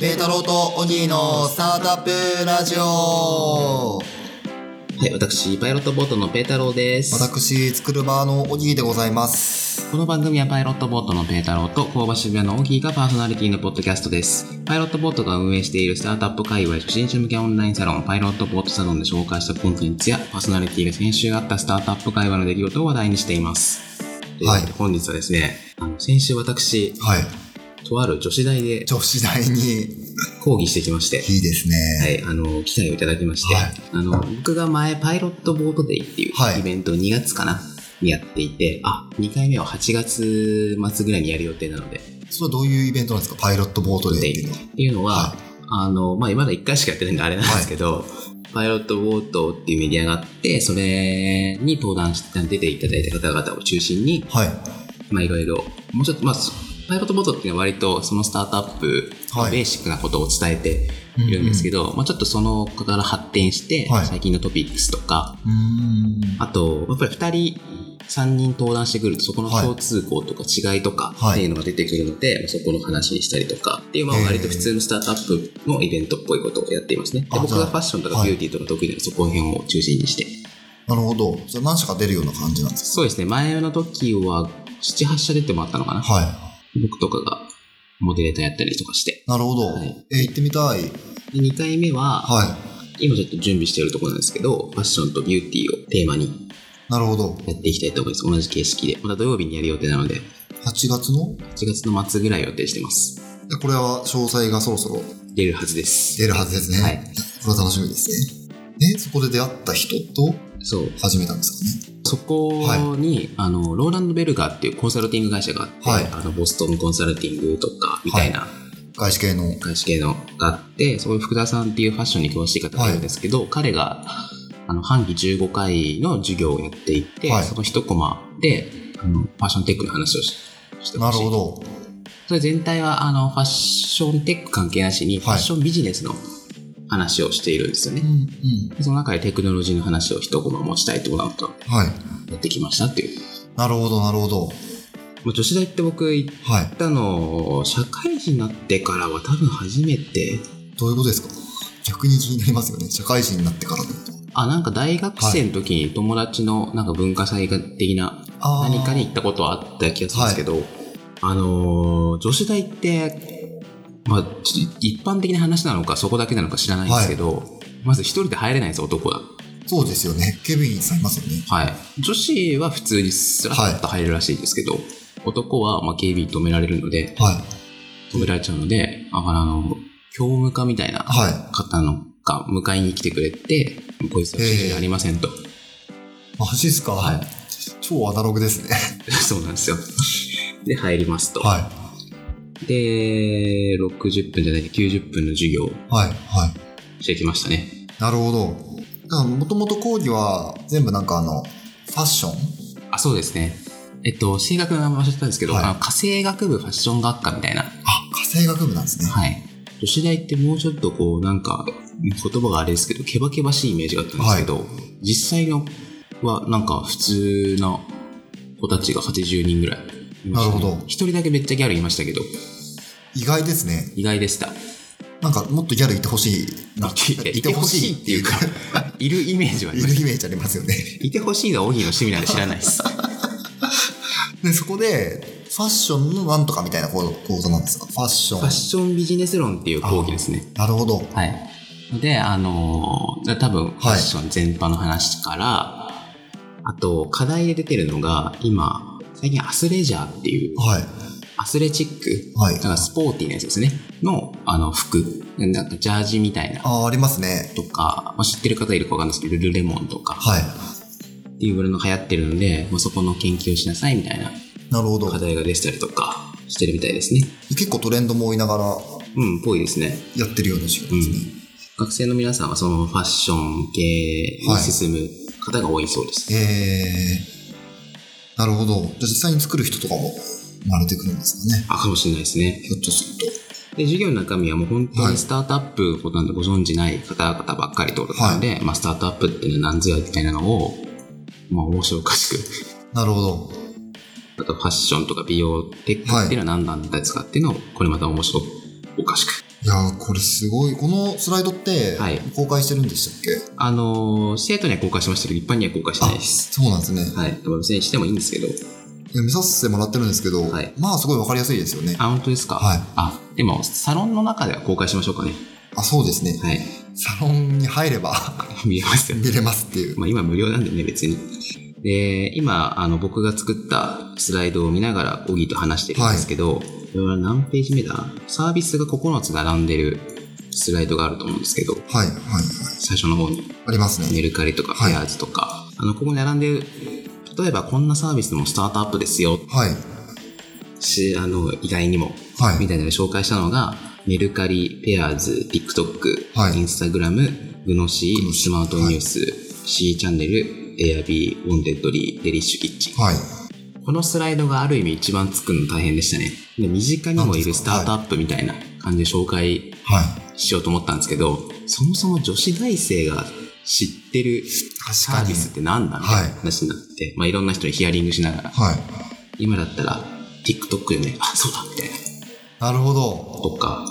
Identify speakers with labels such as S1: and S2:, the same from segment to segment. S1: ペータローとオニーのスタートアップラジオ
S2: はい、私、パイロットボートのペータローです。
S1: 私、作るバーのオニーでございます。
S2: この番組はパイロットボートのペータローと工場渋谷のオギーがパーソナリティのポッドキャストです。パイロットボートが運営しているスタートアップ界隈初心者向けオンラインサロン、パイロットボートサロンで紹介したコンテンツや、パーソナリティが先週あったスタートアップ界隈の出来事を話題にしています。
S1: はい
S2: とうことで本日はですね、あの先週私、
S1: はい。
S2: とある女子大で
S1: 女子大に、
S2: 講義してきまして、
S1: いいですね。
S2: はい、あの、機会をいただきまして、
S1: はい
S2: あの、僕が前、パイロットボートデイってい
S1: はいう
S2: イベントを2月かな、にやっていて、あ、2回目は8月末ぐらいにやる予定なので、っ
S1: それはどういうイベントなんですかパイロットボートデーっていうの
S2: ていうのは、
S1: は
S2: あの、まあ、まだ1回しかやってないんであれなんですけど、パイロットボートっていうメディアがあって、それに登壇して、出ていただいた方々を中心に、
S1: はい。
S2: まあ、いろいろ、もうちょっと、まあ、そパイロットボートっていうのは割とそのスタートアップ、
S1: はい
S2: ベーシックなことを伝えているんですけど、まあ、ちょっとそのから発展して、
S1: はい
S2: 最近のトピックスとか、
S1: うーん。
S2: あと、やっぱり2人、3人登壇してくると、そこの
S1: はい
S2: 共通項とか違いとか
S1: はい
S2: っていうのが出てくるので、まあそこの話にしたりとかっていう、まあ、
S1: へー
S2: 割と普通のスタートアップのイベントっぽいことをやっていますね。で
S1: あ
S2: 僕
S1: じゃ
S2: が
S1: あ
S2: ファッションとか
S1: はい
S2: ビューティーとか得意なので、そこら辺を中心にして。
S1: なるほど。じゃあ何社か出るような感じなんです
S2: そうですね、前の時は7、8社出てもらったのかな。
S1: かはい。
S2: 僕とかがモデレーターやったりとかして。
S1: なるほど。
S2: はい
S1: え、行ってみたい。
S2: で2回目は、
S1: は
S2: 今ちょっと準備してるところなんですけど、ファッションとビューティーをテーマに
S1: い。なるほど。
S2: やっていきたいと思います。同じ形式で。また土曜日にやる予定なので、
S1: 8月の
S2: 8月の末ぐらい予定してます。
S1: でこれは詳細がそろそろ
S2: 出るはずです。
S1: 出るはずですね。
S2: は
S1: こ
S2: い。
S1: れは楽しみですね。で、そこで出会った人と
S2: そう。
S1: 始めたんですかね。
S2: そこに、あの、ローランド・ベルガーっていうコンサルティング会社があって、
S1: はい
S2: あの、ボストンコンサルティングとか、みたいな
S1: 外資系の。
S2: 会社系のがあって、そういう福田さんっていうファッションに詳しい方がいるんですけど、彼が、あの、半期15回の授業をやっていて、
S1: はい
S2: その一コマで、あの、ファッションテックの話をしして
S1: な
S2: ほ
S1: る
S2: しい。
S1: ほど。
S2: それ全体は、あの、ファッションテック関係なしに、
S1: い
S2: ファッションビジネスの話をしているんですよね。
S1: うんうん。
S2: でその中でテクノロジーの話を一コマ持ちたいと思ったので、
S1: はい。
S2: やってきましたっていう。
S1: なるほど、なるほど。
S2: もう女子大って僕行っ
S1: はい。
S2: たの、社会人になってからは多分初めて、
S1: どういうことですか逆に気になりますよね。社会人になってからのこと。
S2: あ、なんか大学生の時に友達のなんか文化祭的な
S1: あー
S2: 何かに行ったことはあった気がするんですけど、あのー女子大って、まあ、ち一般的な話なのかそこだけなのか知らないんですけど、まず一人で入れないんですよ、男は。
S1: そうですよね。警備員さんいますよね。
S2: はい。女子は普通にスラッと入るらしいですけど、男はまあ警備員止められるので、
S1: はい。
S2: 止められちゃうので、ああの、教務課みたいな
S1: は
S2: 方のが迎えに来てくれて、こいつは指示ありませんと。
S1: い。マジっすか、
S2: はい。
S1: 超アナログですね。
S2: そうなんですよ。で、入りますと。
S1: は
S2: で、60分じゃない、90分の授業を
S1: い。はい。はい。
S2: してきましたね。
S1: なるほど。だから、もともと講義は全部なんかあの、ファッション
S2: あ、そうですね。えっと、正確な名前忘れてたんですけど、
S1: はい
S2: あの家政学部ファッション学科みたいな。
S1: あ、家政学部なんですね。
S2: はい。女子大ってもうちょっとこう、なんか、言葉があれですけど、けばけばしいイメージがあったんですけど、実際のは、なんか普通の子たちが80人ぐらいいま
S1: な
S2: したね。
S1: るほど
S2: 一人だけめっちゃギャルいましたけど、
S1: 意外ですね。
S2: 意外でした。
S1: なんかもっとギャルいてほしいな。
S2: いいてほしいっていうか、いるイメージはあ
S1: い
S2: り
S1: る
S2: まし
S1: イメージありますよね。
S2: た。いてほしいのはオギーの趣味なんで知らない です。
S1: で、そこで、ファッションのなんとかみたいな講講座なんですかファッション
S2: ファッ。ションビジネス論っていう講義ですね。
S1: なるほど。
S2: はい。で、あのー、多分ファッション全般の話から、あと、課題で出てるのが、今、最近アスレジャーっていう、
S1: はい。
S2: アスレチック、
S1: はい
S2: だからスポーティーなやつですね、の、あの、服、なんかジャージみたいな
S1: ああ、ありますね。
S2: とか、まあ、知ってる方いるかわかんないですけど、ルルレモンとか
S1: はい。
S2: っていうブランドが流行ってるので、まあ、そこの研究をしなさいみたいな
S1: なるほど
S2: 課。題が出てたりとかしてるみたいですね。
S1: 結構トレンドも追いながら
S2: うん、ぽいですね。
S1: やってるような仕事ですね。
S2: 学生の皆さんはそのファッション系に進む方が多いそうです。
S1: えー、なるほど。じゃあ実際に作る人とかも生まれてくるんですかね。
S2: あ、かもしれないですね。
S1: ひょっとすると。
S2: で、授業の中身はもう本当
S1: は
S2: に
S1: い
S2: スタートアップのことなんてご存じない方々ばっかりってことなので、まあスタートアップっていうのは何ぞやみたいなのを、まあ面白おかしく、
S1: なるほど。
S2: あとファッションとか美容テックっていうのは何なんですかっていうのを、これまた面白おかしく
S1: いやー、これすごい。このスライドって
S2: はい、
S1: 公開してるんでしたっけ、
S2: あのー生徒には公開しましたけど、一般には公開してない
S1: あ、
S2: です。
S1: そうなんですね。
S2: はい。まあ別にしてもいいんですけど。
S1: いや見させてもらってるんですけど、
S2: はい
S1: まあすごいわかりやすいですよね。
S2: あ、本当ですか
S1: はい
S2: あ、でも、サロンの中では公開しましょうかね。
S1: あ、そうですね。
S2: はい。
S1: サロンに入れば
S2: 見えますよね。
S1: 見れますっていう。
S2: まあ今無料なんでね、別に。で、今、あの、僕が作ったスライドを見ながら、オギと話してるんですけど、これは何ページ目だサービスが9つ並んでるスライドがあると思うんですけど、
S1: はい、はい、はい。
S2: 最初の方に。
S1: ありますね。
S2: メルカリとか、フ
S1: はい
S2: ェアーズとか、あの、ここに並んでる、例えばこんなサービスもスタートアップですよ、
S1: はい、
S2: し、あの、意外にも、
S1: は
S2: み
S1: い、
S2: たいなのを紹介したのが、メルカリ、ペアーズ、TikTok、
S1: はい
S2: インスタグラム、グノシー、スマートニュース、C チャンネル、エアビー、ウォンデッドリー、デリッシュキッチン。
S1: はい。
S2: このスライドがある意味一番作るの大変でしたね。で身近にもい
S1: なんで
S2: る
S1: す
S2: ス
S1: か
S2: タートアップみたいな感じで紹介
S1: はい。
S2: しようと思ったんですけど、そもそも女子大生が知ってるサ
S1: 確か
S2: ー
S1: に
S2: ビ。スってなんだみたいな話になって、いまあ、いろんな人にヒアリングしながら、
S1: はい。
S2: 今だったら TikTok よね、あ、そうだみたいな。
S1: なるほど。
S2: とか、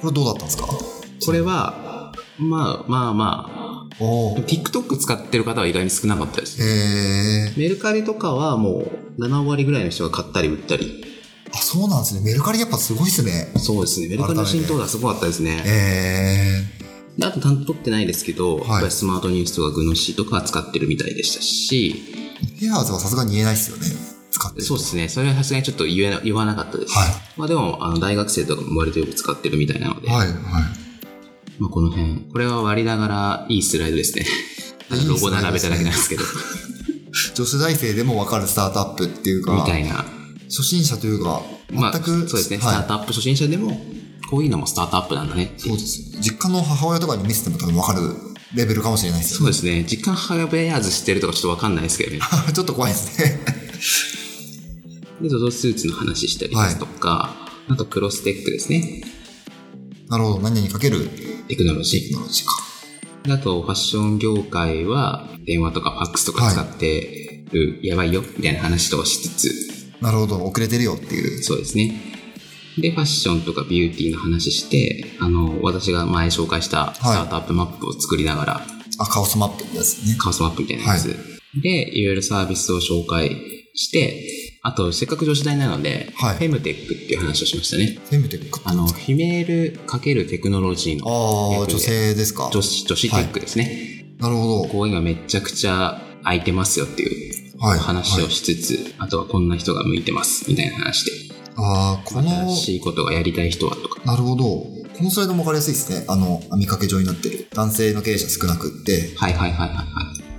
S1: これどうだったんですか
S2: これは、まあまあま
S1: お
S2: あ、
S1: ー。
S2: TikTok 使ってる方は意外に少なかったですね。
S1: えー。
S2: メルカリとかはもう7割ぐらいの人が買ったり売ったり。
S1: あ、そうなんですね。メルカリやっぱすごいですね。
S2: そうですね。メルカリの浸透度はすごかったですね。
S1: え
S2: であと担当ってないですけど、
S1: はい
S2: やっぱりスマートニュースとかグノシーとかは使ってるみたいでしたし、
S1: ー。ヘアーズはさすがに言えないですよね。使ってる。
S2: そうですね。それはさすがにちょっと言えな言わなかったです。
S1: はい
S2: まあでも、あの大学生とかも割とよく使ってるみたいなので、
S1: はい、はい。
S2: まあこの辺、これは割りながらいいスライドですね。 あのロゴ並べただけなんですけ ど、
S1: 女子大生でもわかるスタートアップっていうか、
S2: みたいな。
S1: 初心者というか、全く、
S2: まあ、そうですね、スター
S1: は
S2: トアップ初心者でも、こういうのもスタートアップなんだねって
S1: い。
S2: い
S1: そううですね。実家の母親とかに見せても多分わかるレベルかもしれないです
S2: そう
S1: よね。
S2: ですね、実感ハーベアーズしてるとかちょっとわかんないですけどね。
S1: ちょっと怖いですね。
S2: で、ゾゾスーツの話したりですとか、あとクロステックですね、
S1: なるほど。何にかける
S2: テクノロ
S1: テク
S2: ジ
S1: ノロジーか。
S2: ー。あと、ファッション業界は、電話とかファックスとか使ってる、やばいよ、みたいな話とかしつ
S1: なるほど。遅れてるよっていう
S2: つ、。そうですね。で、ファッションとかビューティーの話して、あの、私が前紹介したスタートアップマップを作りながら、
S1: あ、カオスマップってやつね。
S2: カオスマップみたいなやつ。で、いろいろサービスを紹介して、あと、せっかく女子大なので、
S1: はい
S2: フェムテックっていう話をしましたね。
S1: フェムテックって
S2: あの、フィメール×テクノロジー
S1: あ
S2: の
S1: あ、
S2: 略で
S1: 女性ですか。
S2: 女子、女子テックですね。
S1: なるほ
S2: ここが今めちゃくちゃ空いてますよっていう
S1: ど。はい。
S2: 話を
S1: はい
S2: しつつ、あとはこんな人が向いてますみたいな話で、
S1: ああ、この、
S2: 新しいことがやりたい人はとか。
S1: なるほど。このスライドもわかりやすいですね。あの、網掛け状になってる。男性の経営者少なくって。
S2: はいはいはいはいはい。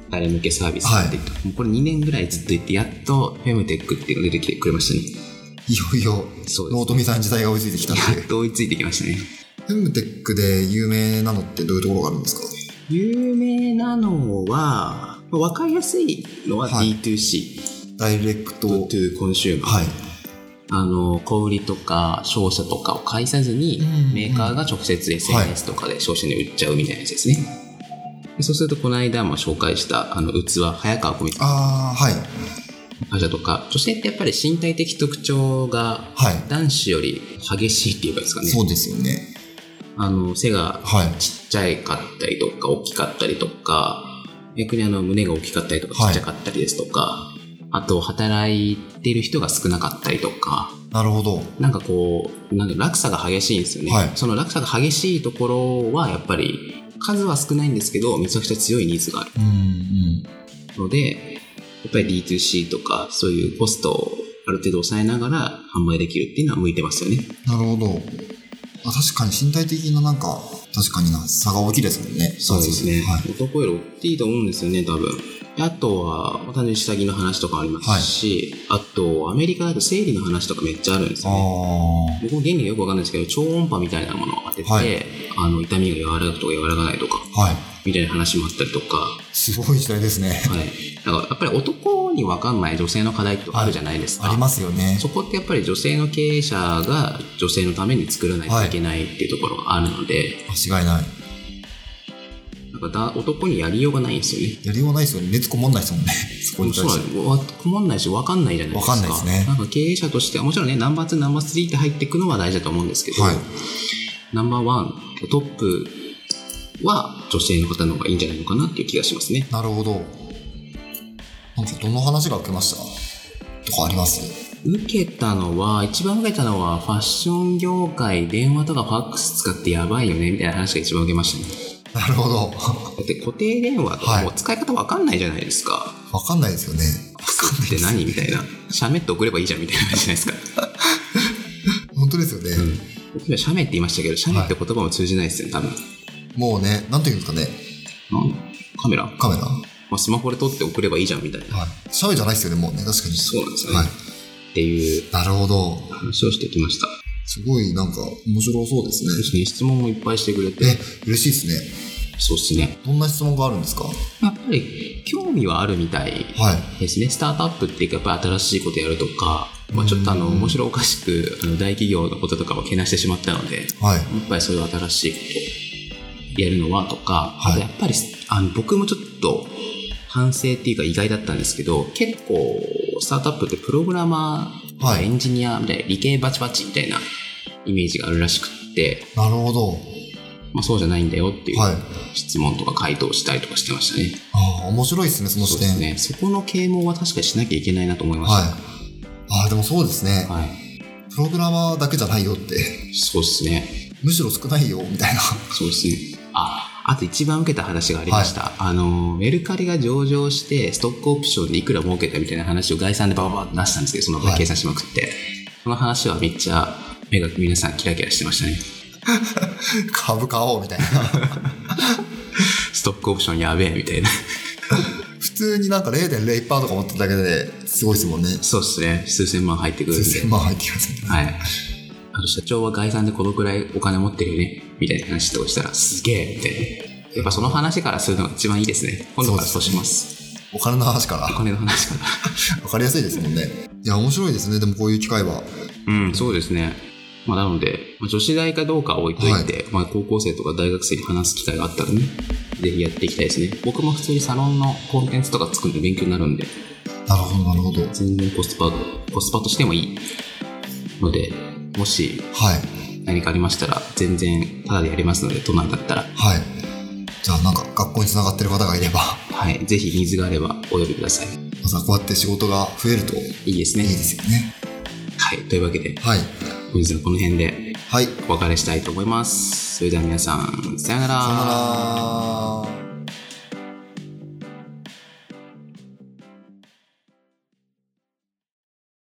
S2: 誰向けサービスって言った、もうこれ2年ぐらいずっと言って、やっとフェムテックっていうのが出てきてくれましたね。
S1: いよいよ、
S2: そうですね
S1: ノートミさん時代が追いついてきたってい
S2: や
S1: う
S2: っ。と追いついてきましたね。
S1: フェムテックで有名なのってどういうところがあるんですか
S2: 有名なのは、まあわかりやすいのは
S1: はい
S2: D2C、
S1: ダイレクト。
S2: To Consumer、
S1: はい。
S2: あの小売りとか商社とかを介さずに、
S1: うん
S2: メーカーが直接 SNS とかで商社に売っちゃうみたいなやつですね、でそうするとこの間も紹介したあの器早川小光
S1: ああ、はい。
S2: 会社とか女性ってやっぱり身体的特徴が
S1: はい。
S2: 男子より激しいっていうかですかね
S1: そうですよね。
S2: あの背が
S1: はい。
S2: ちっちゃいかったりとか大きかったりとか逆にあの胸が大きかったりとか
S1: は
S2: ち
S1: い
S2: っちゃかったりですとか、あと働いてる人が少なかったりとか
S1: なるほど。
S2: なんかこうなんか落差が激しいんですよね、
S1: はい
S2: その落差が激しいところはやっぱり数は少ないんですけどめちゃくちゃ強いニーズがある
S1: うん、うん。
S2: のでやっぱり D2C とかそういうコストをある程度抑えながら販売できるっていうのは向いてますよね
S1: なるほど。あ確かに身体的ななんか、確かにな、差が大きいですもんね。
S2: そうですね、
S1: はい。
S2: 男より大きいと思うんですよね多分であとはまあ単純に下着の話とかありますし、あとアメリカだと生理の話とかめっちゃあるんですよね
S1: あ
S2: 僕も原理がよくわかんないですけど超音波みたいなものを当てて、
S1: はい
S2: あの痛みが和らぐとか和らがないとか
S1: あ。はい。
S2: みたいな話もあったりとか、
S1: すごい時代ですね。
S2: はい、だからやっぱり男にわかんない女性の課題とかあるじゃないですか、
S1: ありますよね。
S2: そこってやっぱり女性の経営者が女性のために作らないといけないっていうところがあるので、
S1: 間違いない。
S2: だからだ男にやりようがないんですよね。
S1: やりようないですよね。熱こもんないですもんね。そこに
S2: そう
S1: 対し
S2: な
S1: て。
S2: んですわ困んないし、わかんないじゃないですか。
S1: わかんないですね
S2: なんか経営者としては、もちろんね、ナンバー2、ナンバー3って入っていくのは大事だと思うんですけど、
S1: はい
S2: ナンバー1、トップは女性の方の方がいいんじゃないのかなっていう気がしますね。
S1: なるほど。なんかどの話が受けましたとかあります
S2: 受けたのは、一番受けたのは、ファッション業界、電話とかファックス使ってやばいよね、みたいな話が一番受けましたね。
S1: なるほど。
S2: だって固定電話と
S1: は
S2: か
S1: い
S2: もう使い方わかんないじゃないですか。
S1: わかんないですよね。
S2: ファックスって何みたいな。シャメって送ればいいじゃんみたいな話じゃないですか。
S1: 本当ですよね。
S2: うん、今、写メって言いましたけど、写メって言葉も通じないですよ、多分。
S1: もうね、なんていうんですかね。
S2: なんカメラ、ま
S1: カメラ。は
S2: あ、スマホで撮って送ればいいじゃんみたいな。
S1: い。シャメじゃないですよね、もうね。確かに。
S2: そうなんですよね。
S1: はい
S2: っていう
S1: なるほど。
S2: 話をしてきました。
S1: すごいなんか面白そうです
S2: そうで
S1: ね。
S2: すね、質問もいっぱいしてくれて、
S1: え、嬉しいですね。
S2: そうですね。
S1: どんな質問があるんですかは
S2: やっぱり、興味はあるみたい
S1: い。
S2: ですね。スタートアップっていうか、やっぱり新しいことやるとか、まあ、ちょっとあの、
S1: うん
S2: 面白おかしく、あの大企業のこととかをけなしてしまったので、
S1: はい。
S2: やっぱりそういう新しいことやるのはとか、
S1: はい
S2: あとやっぱりあの僕もちょっと反省っていうか意外だったんですけど結構スタートアップってプログラマー、
S1: はい
S2: エンジニアみたいな理系バチバチみたいなイメージがあるらしくって、
S1: なるほど。
S2: まあ、そうじゃないんだよってい。
S1: はいう
S2: 質問とか回答したりとかしてましたね。
S1: ああ、面白いですね、その
S2: そう
S1: 視
S2: で
S1: 点。
S2: すね。そこの啓蒙は確かにしなきゃいけないなと思いまし
S1: はい。ああ、でもそうですね
S2: た。。はい。
S1: プログラマーだけじゃないよって。
S2: そうですね。
S1: むしろ少ないよ、みたいな。
S2: そうですね。あ、あと一番受けた話がありました。あの、メルカリが上場して、ストックオプションでいくら儲けたみたいな話を概算でバババッと出したんですけど、その場
S1: はい
S2: で計算しまくって。その話はめっちゃ、目が皆さんキラキラしてましたね。
S1: 株買おう、みたいな。
S2: ストックオプションやべえ、みたいな。
S1: 普通になんか0.01%とか持ってるだけで、すごいですもんね。
S2: そうですね。数千万入ってくるん
S1: 数
S2: で。
S1: 千万入ってきますね。
S2: はい。あの、社長は概算でこのくらいお金持ってるよね、みたいな話とかしたら、すげえ、みたいな。やっぱその話からするのが一番いいですね。今度からそうします。
S1: お金の話から。
S2: お金の話から。
S1: わかりやすいですもんね。いや、面白いですね、でもこういう機会は。
S2: うん、そうですね。まあ、なので、まあ女子大かどうかは置いといて、まあ、高校生とか大学生に話す機会があったらね、ぜひやっていきたいですね。僕も普通にサロンのコンテンツとか作るの勉強になるんで、
S1: なるほど、なるほど。はい。
S2: 全然コスパ、コスパとしてもいいので、もし何かありましたら、全然タダでやりますので、都内だったら、
S1: はい。じゃあ、なんか学校に繋がってる方がいれば、
S2: はい、ぜひニーズがあればお呼びください。
S1: またこうやって仕事が増えるとい
S2: いいです
S1: いで。
S2: ね
S1: すよね。
S2: はい、というわけで、
S1: はい。
S2: 本日はこの辺で
S1: はい。さよ
S2: お別れしたいと思います。それでは皆さん、さよなら。
S1: なら。